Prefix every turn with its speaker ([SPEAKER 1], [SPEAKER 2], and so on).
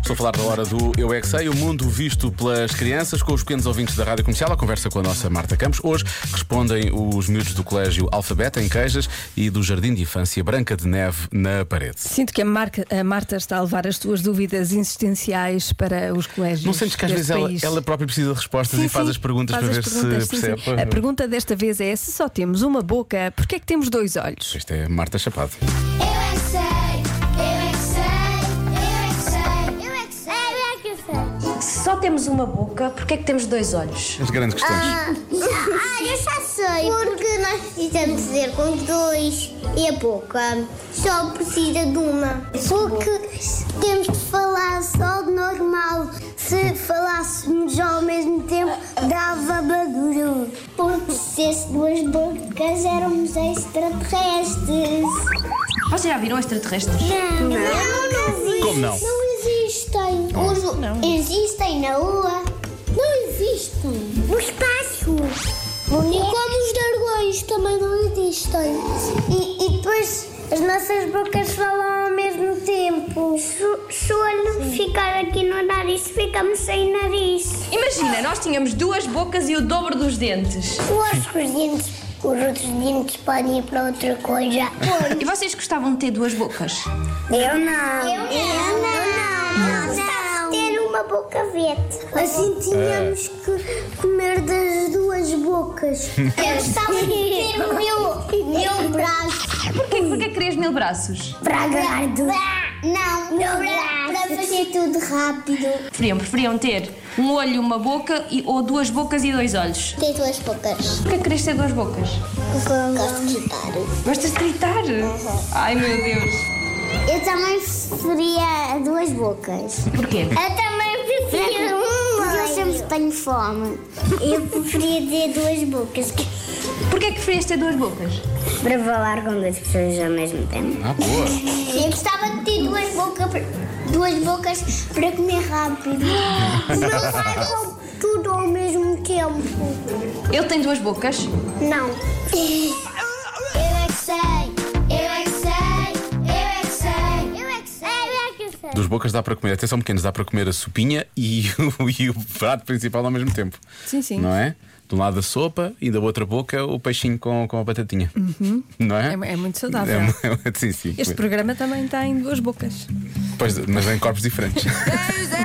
[SPEAKER 1] Estou a falar da hora do Eu é Que Sei, o mundo visto pelas crianças, com os pequenos ouvintes da Rádio Comercial. A conversa com a nossa Marta Campos. Hoje respondem os miúdos do Colégio Alfabeto, em Queijas, e do Jardim de Infância Branca de Neve, na parede.
[SPEAKER 2] Sinto que a, Marca- a Marta está a levar as tuas dúvidas existenciais para os colégios.
[SPEAKER 1] Não sentes que às vezes
[SPEAKER 2] deste
[SPEAKER 1] ela,
[SPEAKER 2] país?
[SPEAKER 1] ela própria precisa de respostas
[SPEAKER 2] Sim,
[SPEAKER 1] e faz
[SPEAKER 2] sim,
[SPEAKER 1] as perguntas
[SPEAKER 2] faz
[SPEAKER 1] para
[SPEAKER 2] as
[SPEAKER 1] ver
[SPEAKER 2] perguntas,
[SPEAKER 1] se
[SPEAKER 2] sim, sim.
[SPEAKER 1] percebe?
[SPEAKER 2] A pergunta desta vez é: se só temos uma boca, porquê é que temos dois olhos?
[SPEAKER 1] Isto é Marta Chapado.
[SPEAKER 3] Eu é que sei, eu é que sei, eu é que sei, eu é que sei, eu é que sei, eu é que sei.
[SPEAKER 4] Se só temos uma boca, porquê é que temos dois olhos?
[SPEAKER 1] As grandes questões.
[SPEAKER 3] Ah, eu já sei, porque nós precisamos dizer com os dois e a boca só precisa de uma. Porque temos de falar só de normal. Se falássemos ao mesmo tempo, dava barulho. Porque se as duas bocas éramos extraterrestres.
[SPEAKER 4] Vocês já viram extraterrestres?
[SPEAKER 3] Não, não, existem.
[SPEAKER 1] Como não?
[SPEAKER 3] existem. Os- Existem na Lua. Não existem. No espaço. E como os dragões também não existem. E, depois as nossas bocas falam ao mesmo tempo. Se o olho ficar aqui no nariz, ficamos sem nariz.
[SPEAKER 4] Imagina, nós tínhamos duas bocas e o dobro dos dentes.
[SPEAKER 3] Eu acho que os dentes, os outros dentes podem ir para outra coisa.
[SPEAKER 4] E vocês gostavam de ter duas bocas?
[SPEAKER 3] Eu não. Eu não. Eu não. Gostava de ter uma boca verde. Assim tínhamos que comer das duas bocas. Eu gostava de ter o meu, meu braço.
[SPEAKER 4] Porquê, porquê que querias mil braços?
[SPEAKER 3] Para agarrado. Não, meu braço. Para fazer tudo rápido.
[SPEAKER 4] Preferiam, preferiam ter um olho, uma boca e, ou duas bocas e dois olhos.
[SPEAKER 3] Tem duas bocas.
[SPEAKER 4] Porquê que querias ter duas bocas?
[SPEAKER 3] Gosto de guitarra.
[SPEAKER 4] Gostas de gritar? Ai meu Deus.
[SPEAKER 3] Eu também preferia duas bocas.
[SPEAKER 4] Porquê?
[SPEAKER 3] Eu também prefiro uma. Porque eu sempre tenho fome. Eu preferia ter duas bocas.
[SPEAKER 4] Porquê é que preferias ter duas bocas?
[SPEAKER 3] Para falar com duas pessoas ao mesmo tempo.
[SPEAKER 1] Ah, boa.
[SPEAKER 3] Eu gostava de ter duas bocas, duas bocas para comer rápido. Não façam tudo ao mesmo tempo.
[SPEAKER 4] Ele tem duas bocas?
[SPEAKER 3] Não. Eu é que sei. Eu é que sei. Eu é que sei. Eu é que sei. Eu é que sei.
[SPEAKER 1] Dos bocas dá para comer, atenção pequenos, dá para comer a sopinha e o, e o prato principal ao mesmo tempo.
[SPEAKER 2] Sim, sim.
[SPEAKER 1] Não é? De um lado a sopa e da outra boca o peixinho com, com a batatinha. Não é?
[SPEAKER 2] É- é muito saudável.
[SPEAKER 1] É- sim, sim.
[SPEAKER 2] Este programa também tem duas bocas.
[SPEAKER 1] Pois, mas em corpos diferentes.